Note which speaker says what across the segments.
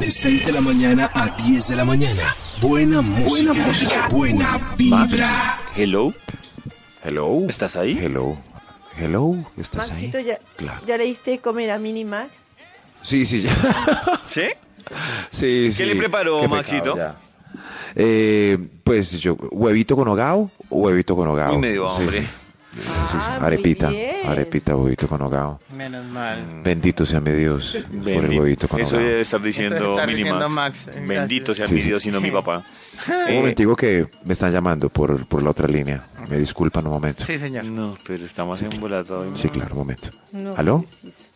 Speaker 1: De 6 de la mañana a 10 de la mañana. Buena música. Buena, vibra.
Speaker 2: Hello,
Speaker 3: Hello.
Speaker 2: ¿estás ahí?
Speaker 3: Hello. Hello. ¿Estás
Speaker 4: Maxito,
Speaker 3: ahí?
Speaker 4: ¿ya,
Speaker 3: Claro.
Speaker 4: ¿ya leíste comer a Minimax?
Speaker 3: Sí, sí, ya.
Speaker 2: ¿Sí?
Speaker 3: Sí, sí.
Speaker 2: le preparó,
Speaker 3: Qué pecado,
Speaker 2: Maxito?
Speaker 3: ya. Eh, pues yo, huevito con hogao o huevito con hogao.
Speaker 2: Uy, me dio
Speaker 3: Sí,
Speaker 2: hambre.
Speaker 3: sí. Sí, sí,
Speaker 4: Ah, muy
Speaker 3: arepita,
Speaker 4: bien.
Speaker 3: arepita, huevito con hogao.
Speaker 5: Menos
Speaker 3: Mm.
Speaker 5: mal.
Speaker 3: Bendito sea mi Dios por el
Speaker 2: Bendi-
Speaker 3: huevito con
Speaker 2: Mm. Eso
Speaker 3: hogao.
Speaker 2: debe estar diciendo, eh,
Speaker 5: Eso debe estar
Speaker 2: Minimax.
Speaker 5: diciendo Max. Gracias.
Speaker 2: Bendito sea
Speaker 3: Sí,
Speaker 2: mi
Speaker 3: sí.
Speaker 2: Dios, sino mi papá.
Speaker 3: Un
Speaker 2: Eh,
Speaker 3: momentico que me están llamando por, por la otra línea. Me disculpan un momento.
Speaker 5: Sí, señor.
Speaker 2: Eh, no, pero estamos en volado hoy.
Speaker 3: Sí, claro, un momento.
Speaker 4: No, pues.
Speaker 3: ¿Aló?
Speaker 4: sí, sí.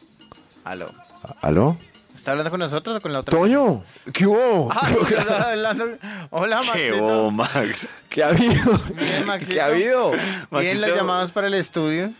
Speaker 5: Aló.
Speaker 3: ¿Aló?
Speaker 5: ¿Está hablando con nosotros o con la otra?
Speaker 3: ¡Toño! ¿Qué hubo?
Speaker 2: Ah.
Speaker 5: Ay, está hablando- Hola,
Speaker 2: ¡Qué
Speaker 5: Maxito.
Speaker 2: bo, Max!
Speaker 3: ¿Qué ha habido?
Speaker 5: Bien, Maxito.
Speaker 3: ¿Qué ha habido?
Speaker 5: Bien,
Speaker 2: Maxito.
Speaker 5: los llamados para el estudio.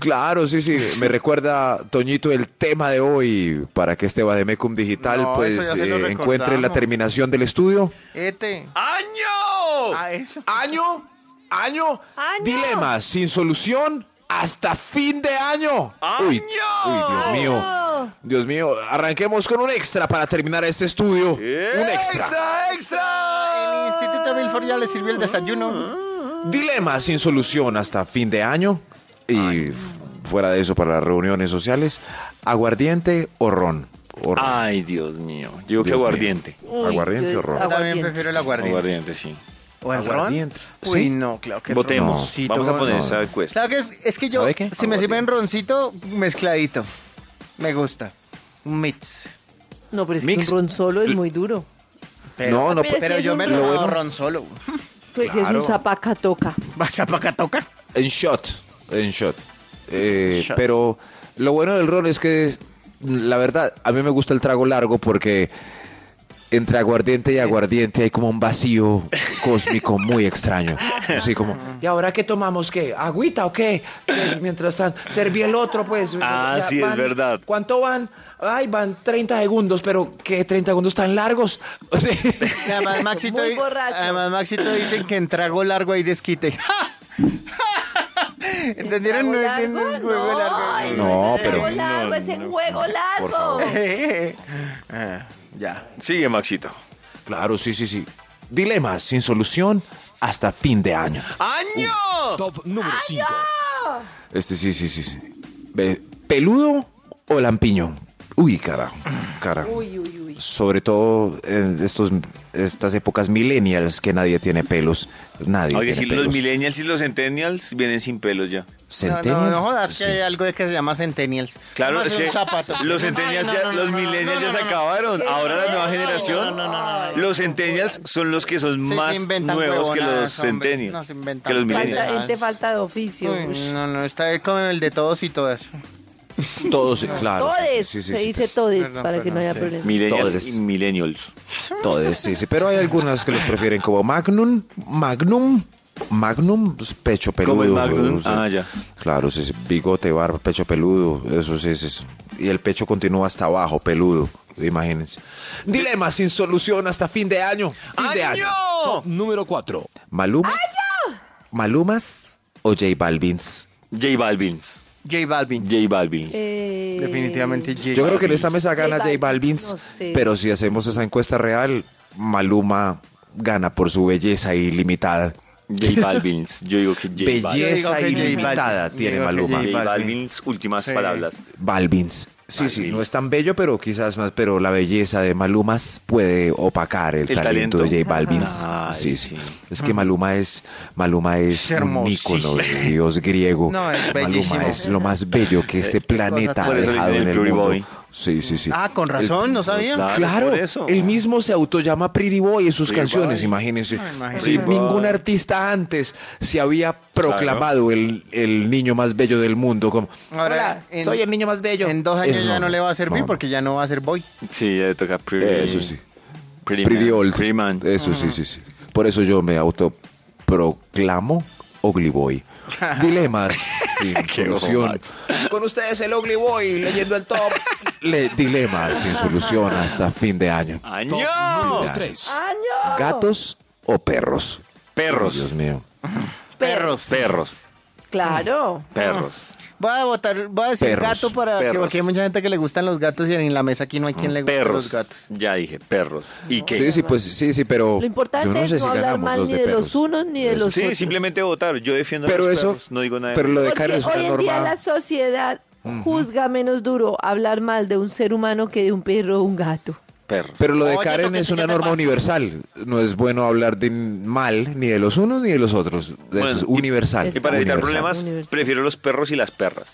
Speaker 3: Claro, sí, sí. Me recuerda, Toñito, el tema de hoy para que este Bademecum Digital
Speaker 5: No,
Speaker 3: pues
Speaker 5: eso ya se lo
Speaker 3: eh, encuentre la
Speaker 5: recordamos.
Speaker 3: terminación del estudio.
Speaker 5: Ete.
Speaker 2: Ah. ¡Año!
Speaker 5: Ah, eso.
Speaker 3: Año, año,
Speaker 4: Año.
Speaker 3: dilemas sin solución hasta fin de año. Uy, uy, Dios mío.
Speaker 4: No.
Speaker 3: Dios mío, arranquemos con un extra para terminar este estudio. Un extra.
Speaker 2: ¡Extra, extra!
Speaker 5: Ah, El Instituto Milford ya le sirvió el desayuno.
Speaker 3: Dilemas sin solución hasta fin de año. Y fuera de eso, para las reuniones sociales, aguardiente o ron. O
Speaker 5: Ah,
Speaker 3: ron.
Speaker 2: Ay, Dios mío. Yo que
Speaker 3: Dios mío.
Speaker 2: aguardiente.
Speaker 4: Uy,
Speaker 3: Aguardiente
Speaker 4: yo-
Speaker 3: o ron.
Speaker 5: Yo también
Speaker 4: aguardiente.
Speaker 5: prefiero el aguardiente.
Speaker 2: Aguardiente, sí.
Speaker 5: ¿O el
Speaker 3: Aguardiente.
Speaker 5: Uy,
Speaker 3: Sí.
Speaker 5: no, claro que
Speaker 2: Votemos.
Speaker 5: roncito.
Speaker 2: Vamos a poner
Speaker 3: no,
Speaker 2: esa
Speaker 3: no.
Speaker 2: encuesta.
Speaker 5: Claro que es, es que yo,
Speaker 3: ¿Sabe qué?
Speaker 5: si me
Speaker 3: Aguardiente.
Speaker 5: sirven roncito, mezcladito. Me gusta. Un mix.
Speaker 4: No, pero es
Speaker 3: Mix.
Speaker 4: que un ron solo es muy duro.
Speaker 3: No, no,
Speaker 4: Pero
Speaker 5: Pero
Speaker 4: si es
Speaker 5: yo
Speaker 4: un
Speaker 5: me
Speaker 4: ron-
Speaker 5: lo bueno. ron solo.
Speaker 4: Pues si es
Speaker 3: Claro.
Speaker 4: un zapaca toca.
Speaker 5: ¿Vas a paca toca?
Speaker 3: En shot, en shot. Eh,
Speaker 5: Shot.
Speaker 3: Pero lo bueno del ron es que, es- la verdad, a mí me gusta el trago largo porque entre aguardiente y aguardiente hay como un vacío cósmico muy extraño. Así como, ¿y ahora qué tomamos? ¿Qué? ¿Agüita o qué? Eh, Mientras tanto, serví el otro, pues.
Speaker 2: Ah, sí, es verdad.
Speaker 3: ¿Cuánto van? Ay, van 30 segundos, pero ¿qué 30 segundos tan largos? O sea,
Speaker 5: Además Maxito,
Speaker 4: Muy
Speaker 5: di-
Speaker 4: borracho.
Speaker 5: además, Maxito dicen que en trago largo hay desquite.
Speaker 4: ¿Trago
Speaker 5: ¿Entendieron? No es en
Speaker 4: largo?
Speaker 5: el juego
Speaker 4: ay,
Speaker 5: largo.
Speaker 3: No,
Speaker 4: es en
Speaker 3: pero-
Speaker 4: juego largo, es en juego largo.
Speaker 3: favor.
Speaker 2: Ya. Sigue, Maxito.
Speaker 3: claro, sí, sí, sí. Dilemas sin solución hasta fin de año.
Speaker 2: ¡Año!
Speaker 6: Top número 5.
Speaker 3: Este sí, sí, sí, sí. Ve, ¿Peludo o lampiño? Uy, carajo, carajo.
Speaker 4: Uy, uy, uy.
Speaker 3: Sobre todo en estos, estas épocas millennials que nadie tiene pelos. Nadie
Speaker 2: Oye, si
Speaker 3: tiene pelos.
Speaker 2: los millennials y los centennials vienen sin pelos ya.
Speaker 5: No,
Speaker 3: ¿Centennials?
Speaker 5: no, no jodas que
Speaker 3: Sí.
Speaker 5: hay algo que se llama centennials.
Speaker 2: Claro,
Speaker 5: Vamos a
Speaker 2: es
Speaker 5: hacer
Speaker 2: que
Speaker 5: un zapato.
Speaker 2: los
Speaker 5: Ay,
Speaker 2: centennials
Speaker 5: no,
Speaker 2: ya,
Speaker 5: no, no,
Speaker 2: los
Speaker 5: no, no,
Speaker 2: millennials
Speaker 5: no, Eh,
Speaker 2: ya se
Speaker 5: no, no.
Speaker 2: acabaron. Ahora la nueva generación,
Speaker 5: no, no, no, no.
Speaker 2: los centennials son los que son
Speaker 5: Sí, se
Speaker 2: más
Speaker 5: inventan
Speaker 2: nuevos que los
Speaker 5: huevonadas, hombre. No,
Speaker 2: centennials,
Speaker 5: se inventan
Speaker 2: que los millennials.
Speaker 4: Falta,
Speaker 5: millennials.
Speaker 4: gente falta de oficio.
Speaker 5: Uy,
Speaker 4: Ush.
Speaker 5: No, no, está como el de todos y todas.
Speaker 3: Todos, claro.
Speaker 4: Todes,
Speaker 3: Sí, sí,
Speaker 4: se
Speaker 3: sí.
Speaker 4: dice todes
Speaker 5: Perdón,
Speaker 4: para que no
Speaker 5: perdón,
Speaker 4: haya
Speaker 5: sí.
Speaker 4: problema.
Speaker 2: Millennials
Speaker 3: Todes.
Speaker 2: y millennials.
Speaker 3: Todos, sí, sí. Pero hay algunas que los prefieren como Magnum, Magnum, Magnum, pues, pecho peludo.
Speaker 2: Como el Magnum.
Speaker 3: o
Speaker 2: Ah, ya.
Speaker 3: Claro, sí, sí. Bigote, barba, pecho peludo. Eso sí, sí, sí. Y el pecho continúa hasta abajo, peludo. Imagínense. Dilema sin solución hasta fin de año. Fin de año.
Speaker 2: ¡Año!
Speaker 6: Número 4.
Speaker 3: Malumas. Malumas o J Balvins.
Speaker 2: J Balvin's.
Speaker 5: J Balvin.
Speaker 2: J Balvin.
Speaker 4: Eh,
Speaker 5: Definitivamente J
Speaker 3: Yo creo que en
Speaker 5: Balvin.
Speaker 3: esta mesa gana
Speaker 4: J
Speaker 3: J Balvins.
Speaker 4: Balvin, no sé.
Speaker 3: Pero si hacemos esa encuesta real, Maluma gana por su belleza ilimitada.
Speaker 2: J
Speaker 5: Eh.
Speaker 2: Balvin's. Yo digo que J Balvin.
Speaker 5: Yo digo
Speaker 3: Belleza
Speaker 5: que J Balvin.
Speaker 3: ilimitada
Speaker 5: Yo
Speaker 3: tiene
Speaker 5: digo que
Speaker 3: Maluma.
Speaker 5: J
Speaker 2: J
Speaker 5: Balvin.
Speaker 2: Balvin's últimas
Speaker 5: Sí.
Speaker 2: palabras.
Speaker 3: Balvins. Sí, sí,
Speaker 2: Balvins.
Speaker 3: no es tan bello, pero quizás más, pero la belleza de Maluma puede opacar el,
Speaker 2: El
Speaker 3: talento,
Speaker 2: talento.
Speaker 3: de J Balvins.
Speaker 2: Ay,
Speaker 3: sí, sí.
Speaker 2: sí.
Speaker 3: Es que Maluma es, Maluma es
Speaker 5: Es
Speaker 3: un
Speaker 5: hermosísimo.
Speaker 3: ícono de Dios griego.
Speaker 5: No, es bellísimo.
Speaker 3: Maluma es lo más bello
Speaker 2: Eh,
Speaker 3: que este planeta ha
Speaker 2: Por eso le
Speaker 3: dejado
Speaker 2: dicen
Speaker 3: en
Speaker 2: el
Speaker 3: el
Speaker 2: Pretty
Speaker 3: mundo.
Speaker 2: Boy.
Speaker 3: Sí, sí, sí.
Speaker 5: Ah, con razón, no sabía.
Speaker 2: Claro,
Speaker 3: Claro,
Speaker 2: por eso.
Speaker 3: él mismo se autollama Pretty Boy en sus
Speaker 2: Pretty
Speaker 3: canciones,
Speaker 2: Boy.
Speaker 3: imagínense.
Speaker 5: Ah, imagínate.
Speaker 3: Si
Speaker 2: Pretty Boy.
Speaker 3: ningún artista antes se había proclamado el, el niño más bello del mundo, como,
Speaker 5: Ahora,
Speaker 3: "Hola,
Speaker 5: en-
Speaker 3: soy el niño más bello.
Speaker 5: En dos años
Speaker 3: Es-
Speaker 5: ya no, le va a servir
Speaker 3: no.
Speaker 5: porque ya no va a ser boy.
Speaker 2: Sí, ya le toca Pretty.
Speaker 3: Eso sí.
Speaker 2: Pretty,
Speaker 3: Pretty
Speaker 2: man.
Speaker 3: old. Eh.
Speaker 2: Pretty man.
Speaker 3: Eso sí, sí, sí. Por eso yo me autoproclamo Ugly Boy. Dilemas sin solución. Con ustedes el Ugly Boy leyendo el top. Le- dilemas sin solución hasta fin de año.
Speaker 2: Ah, ¡Año!
Speaker 6: 3.
Speaker 4: ¡Año!
Speaker 3: ¿Gatos o perros?
Speaker 2: Perros.
Speaker 3: Dios mío.
Speaker 4: Perros.
Speaker 2: Perros.
Speaker 5: Ah.
Speaker 4: Claro.
Speaker 2: Perros.
Speaker 5: Voy a votar, voy a decir
Speaker 3: Perros,
Speaker 5: gato para que
Speaker 2: perros.
Speaker 5: porque hay mucha gente que le gustan los gatos y en la mesa aquí no hay quien le guste
Speaker 2: Perros.
Speaker 5: los gatos.
Speaker 2: Ya dije, perros. ¿Y qué?
Speaker 3: Sí, sí, pues sí, sí, pero
Speaker 4: Lo importante
Speaker 3: yo no sé
Speaker 4: es
Speaker 3: si
Speaker 4: no hablar
Speaker 3: ganamos
Speaker 4: mal
Speaker 3: los
Speaker 4: ni
Speaker 3: de,
Speaker 4: de, los
Speaker 3: perros.
Speaker 4: unos ni de los
Speaker 2: Sí,
Speaker 4: otros.
Speaker 2: simplemente votar. Yo defiendo
Speaker 3: Pero
Speaker 2: a los
Speaker 3: eso,
Speaker 2: perros, no digo nada.
Speaker 3: pero lo de Karen
Speaker 4: Porque
Speaker 3: es
Speaker 4: hoy
Speaker 3: una
Speaker 4: en día
Speaker 3: norma.
Speaker 4: la sociedad juzga menos duro hablar mal de un ser humano que de un perro o un gato.
Speaker 2: Perros.
Speaker 3: Pero lo de
Speaker 5: Oye,
Speaker 3: Karen
Speaker 5: lo que
Speaker 3: es
Speaker 5: sí
Speaker 3: una
Speaker 5: que te
Speaker 3: norma
Speaker 5: pasa.
Speaker 3: universal. No es bueno hablar de mal ni de los unos ni de los otros. Eso
Speaker 2: Bueno,
Speaker 3: es
Speaker 2: y-
Speaker 3: universal.
Speaker 2: Y para evitar
Speaker 3: universal.
Speaker 2: problemas,
Speaker 4: Universal.
Speaker 2: prefiero los perros y las perras.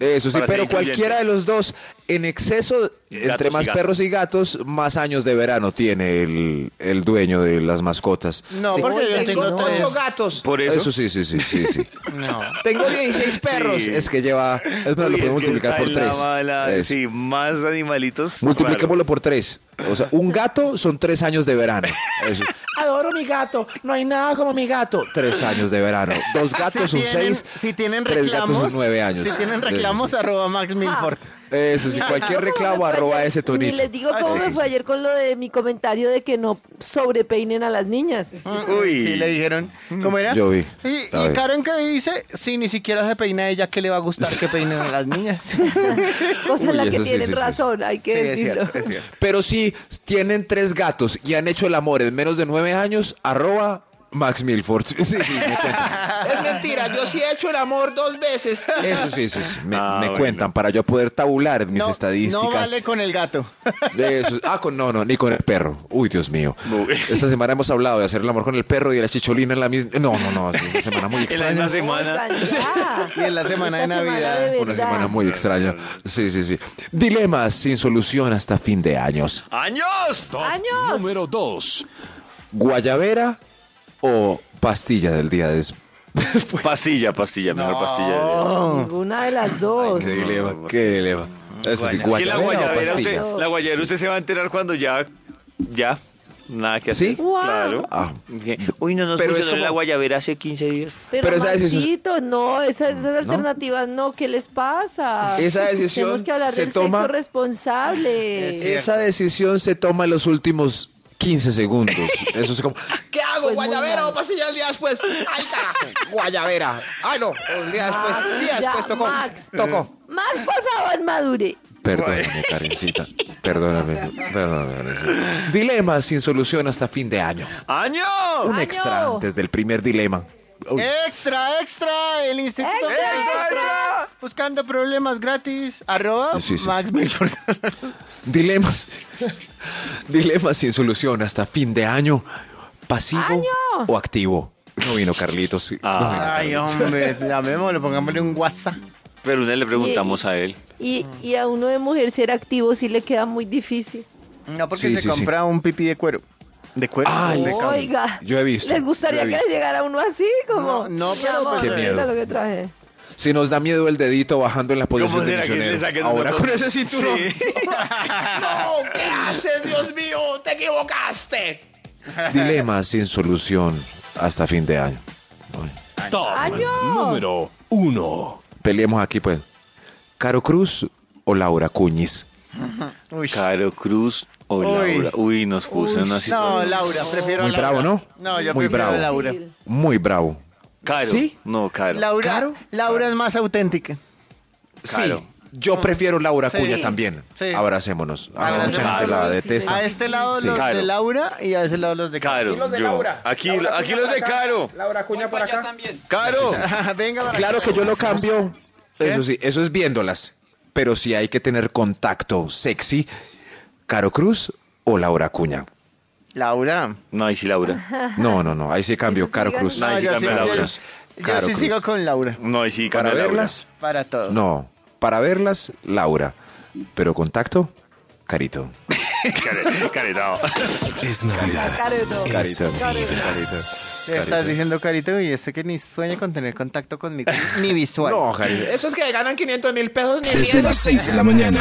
Speaker 3: Eso sí,
Speaker 2: para ser
Speaker 3: pero
Speaker 2: incluyente.
Speaker 3: cualquiera de los dos, en exceso, entre
Speaker 2: y
Speaker 3: más
Speaker 2: gatos.
Speaker 3: perros y gatos, más años de verano tiene el, el dueño de las mascotas.
Speaker 5: No, porque yo tengo tres.
Speaker 3: gatos.
Speaker 2: Por eso.
Speaker 3: Eso sí, sí, sí, sí, sí.
Speaker 5: No.
Speaker 3: tengo 16 perros.
Speaker 2: Sí.
Speaker 3: Es que lleva. Es más,
Speaker 2: Uy,
Speaker 3: lo
Speaker 2: es
Speaker 3: podemos
Speaker 2: que
Speaker 3: multiplicar
Speaker 2: está
Speaker 3: por
Speaker 2: en la
Speaker 3: tres.
Speaker 2: mala,
Speaker 3: Es-
Speaker 2: Sí, más animalitos.
Speaker 3: Multipliquémoslo por tres. O sea, un gato son tres años de verano. Eso. Adoro mi gato. No hay nada como mi gato. Tres años de verano. Dos gatos son seis.
Speaker 5: si tienen
Speaker 3: tres
Speaker 5: reclamos,
Speaker 3: gatos son nueve años.
Speaker 5: Si tienen reclamos,
Speaker 3: Eso
Speaker 5: arroba
Speaker 4: Ah.
Speaker 5: Max Milford.
Speaker 3: sí. Eso sí, Pues cualquier
Speaker 4: ¿Cómo me
Speaker 3: reclamo
Speaker 4: fue
Speaker 3: arroba
Speaker 4: ayer?
Speaker 3: ese
Speaker 4: Ni
Speaker 3: tonito.
Speaker 4: les digo cómo
Speaker 5: Ah, sí,
Speaker 4: me
Speaker 5: sí,
Speaker 4: fue ayer con lo de mi comentario de que no sobrepeinen a las niñas.
Speaker 2: Uy.
Speaker 5: Sí, le dijeron. ¿Cómo era?
Speaker 3: Mm, Yo vi.
Speaker 5: Y, y
Speaker 3: A ver.
Speaker 5: Karen que dice, si ni siquiera se peina ella, ¿qué le va a gustar que peinen a las niñas?
Speaker 4: Cosa en la
Speaker 3: Uy,
Speaker 4: que
Speaker 3: eso sí,
Speaker 4: tienen
Speaker 3: sí, sí, sí.
Speaker 4: razón, hay que decirlo.
Speaker 3: Pero si tienen tres gatos y han hecho el amor en menos de nueve años, arroba Max Milford. Sí, sí, me cuentan. Es mentira, yo sí he hecho el amor dos veces. Eso sí, sí, sí. Me,
Speaker 2: Ah,
Speaker 3: me
Speaker 2: bueno.
Speaker 3: cuentan para yo poder tabular mis
Speaker 5: No,
Speaker 3: estadísticas.
Speaker 5: No vale con el gato.
Speaker 3: De esos. Ah, con, no, no, ni con el perro. Uy, Dios mío.
Speaker 2: Uy.
Speaker 3: Esta semana hemos hablado de hacer el amor con el perro y la chicholina en la misma. No, no, no. Es una semana muy
Speaker 2: En la misma
Speaker 3: extraña.
Speaker 2: semana.
Speaker 4: Oigan, ya.
Speaker 5: Y en la semana de
Speaker 4: Esta
Speaker 5: Navidad.
Speaker 4: de
Speaker 3: Una
Speaker 4: verdad.
Speaker 3: semana muy extraña. Sí, sí, sí. Dilemas sin solución hasta fin de años.
Speaker 2: ¡Años!
Speaker 6: Top
Speaker 4: Años.
Speaker 6: número 2.
Speaker 3: ¿Guayabera o pastilla del día Pues, de
Speaker 2: Pastilla, pastilla, mejor pastilla.
Speaker 4: Ninguna de las dos.
Speaker 3: Qué dilema, qué dilema. Eso sí,
Speaker 2: Mm, Es que la
Speaker 3: guayabera, o
Speaker 2: guayabera, usted,
Speaker 3: pastilla.
Speaker 2: la guayabera usted se va a enterar cuando ya, ya, nada que hacer.
Speaker 3: ¿Sí?
Speaker 4: Wow.
Speaker 2: Claro.
Speaker 3: Ah.
Speaker 2: Dije, Uy, no nos
Speaker 3: Pero es
Speaker 2: funcionó
Speaker 3: como-
Speaker 2: la guayabera hace 15 días.
Speaker 4: Pero,
Speaker 3: Pero esa decisión-
Speaker 4: Maxito, no, esas, esas alternativas no, ¿qué les pasa?
Speaker 3: Esa decisión
Speaker 4: Tenemos que hablar
Speaker 3: se
Speaker 4: del
Speaker 3: toma-
Speaker 4: sexo responsable.
Speaker 3: Esa decisión se toma en los últimos 15 segundos. Eso es como. ¿Qué hago?
Speaker 4: Pues muy mal.
Speaker 3: pastilla el día después? ¡Ay, carajo! Guayabera. ¡Ay, no! El día
Speaker 4: Max, ya, Max.
Speaker 3: Tocó.
Speaker 4: Max, por favor, madure.
Speaker 3: Perdóname, Karencita. Perdóname. Perdóname, Karencita. Dilemas sin solución hasta fin de año.
Speaker 2: ¡Año!
Speaker 3: Un
Speaker 4: Año.
Speaker 3: extra antes del primer dilema. Uy.
Speaker 5: Extra, extra, el instituto.
Speaker 4: Extra,
Speaker 5: Milford.
Speaker 4: extra.
Speaker 5: Buscando problemas gratis. Arroba
Speaker 3: Sí, sí, sí.
Speaker 5: Max Milford.
Speaker 3: Dilemas. Dilemas sin solución hasta fin de año. ¿Pasivo
Speaker 4: Año.
Speaker 3: o activo? No vino Carlitos. No vino
Speaker 5: Ay,
Speaker 3: Carlitos.
Speaker 5: hombre, llamémosle, pongámosle un WhatsApp.
Speaker 2: Pero una le preguntamos a él.
Speaker 4: Y, y a uno de mujer ser activo sí le queda muy difícil.
Speaker 5: No, porque
Speaker 3: Sí,
Speaker 5: se
Speaker 3: sí, Oh, sí.
Speaker 5: compra un pipí de cuero. ¿De cuero?
Speaker 3: Ay,
Speaker 5: de
Speaker 3: sí.
Speaker 5: cabra.
Speaker 4: Oiga,
Speaker 3: Yo he visto,
Speaker 4: ¿Les
Speaker 3: yo
Speaker 4: gustaría
Speaker 3: he
Speaker 4: que les
Speaker 3: visto.
Speaker 4: llegara uno así? Como,
Speaker 5: No, no,
Speaker 4: mi
Speaker 5: pero
Speaker 4: amor,
Speaker 5: pues- Qué
Speaker 4: mira
Speaker 3: miedo.
Speaker 4: lo que traje.
Speaker 3: Si nos da miedo el dedito bajando en la
Speaker 2: ¿Cómo
Speaker 3: posición de
Speaker 2: será que le
Speaker 3: misionero.
Speaker 2: saquen
Speaker 3: Ahora
Speaker 2: una
Speaker 3: con
Speaker 2: foto?
Speaker 3: ese cinturón.
Speaker 2: Sí.
Speaker 7: ¿Qué haces, Dios mío? ¡Te equivocaste!
Speaker 3: Dilemas sin solución hasta fin de año. Ay,
Speaker 6: Top
Speaker 4: Años.
Speaker 6: número 1.
Speaker 3: Peleemos aquí, pues. ¿Caro Cruz o Laura Cuñiz?
Speaker 5: Uy,
Speaker 2: Caro Cruz o
Speaker 5: Uy.
Speaker 2: Laura. Uy, nos puso en una
Speaker 5: No,
Speaker 2: situación.
Speaker 5: Laura, prefiero a
Speaker 3: Muy
Speaker 5: Laura.
Speaker 3: bravo, ¿no?
Speaker 5: No, yo
Speaker 3: Muy
Speaker 5: prefiero a
Speaker 3: bravo.
Speaker 5: Laura.
Speaker 4: Sí.
Speaker 3: Muy bravo.
Speaker 2: Caro.
Speaker 3: ¿Sí?
Speaker 2: No, Caro.
Speaker 5: Laura,
Speaker 3: ¿Claro?
Speaker 5: Laura es más auténtica.
Speaker 2: Caro.
Speaker 3: Sí, yo prefiero Laura
Speaker 5: Mm. Sí.
Speaker 3: Cuña también.
Speaker 5: Sí.
Speaker 3: Abracémonos. A
Speaker 5: Abracémonos.
Speaker 3: mucha gente la
Speaker 4: Claro.
Speaker 3: detesta.
Speaker 5: A este lado
Speaker 3: Sí.
Speaker 5: los
Speaker 2: Claro.
Speaker 5: de Laura y a ese lado los de
Speaker 2: Caro. yo. Aquí, aquí los de Caro.
Speaker 5: Laura Cuña para acá.
Speaker 2: Caro.
Speaker 5: Venga, para
Speaker 3: Claro
Speaker 5: acá.
Speaker 3: que yo lo cambio. Eso sí, eso es viéndolas. Pero si hay que tener contacto sexy, ¿Caro Cruz o Laura Cuña?
Speaker 5: Laura.
Speaker 2: No, ahí sí, Laura.
Speaker 3: No, no, no. Ahí sí cambio.
Speaker 4: Eso sí,
Speaker 3: Caro
Speaker 4: gana.
Speaker 3: Cruz.
Speaker 2: No, ahí sí
Speaker 5: yo
Speaker 2: cambia
Speaker 5: sí,
Speaker 2: Laura.
Speaker 5: yo-
Speaker 3: Caro
Speaker 5: Yo sí
Speaker 3: Cruz.
Speaker 5: sigo con Laura.
Speaker 2: No, ahí sí,
Speaker 3: Para
Speaker 2: cambia Laura.
Speaker 3: verlas,
Speaker 5: Para todo.
Speaker 3: no. Para verlas, Laura. Pero contacto, Carito.
Speaker 2: Caretao.
Speaker 1: Es Navidad.
Speaker 4: Claro, no.
Speaker 1: Es
Speaker 3: Carito.
Speaker 1: vida.
Speaker 5: Te estás diciendo, Carito, y este que ni sueña con tener contacto conmigo. Ni visual.
Speaker 3: No, Carito. Eso es que ganan 500 mil pesos ni
Speaker 1: Desde las 6 de la mañana.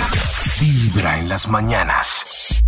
Speaker 1: Vibra en las mañanas.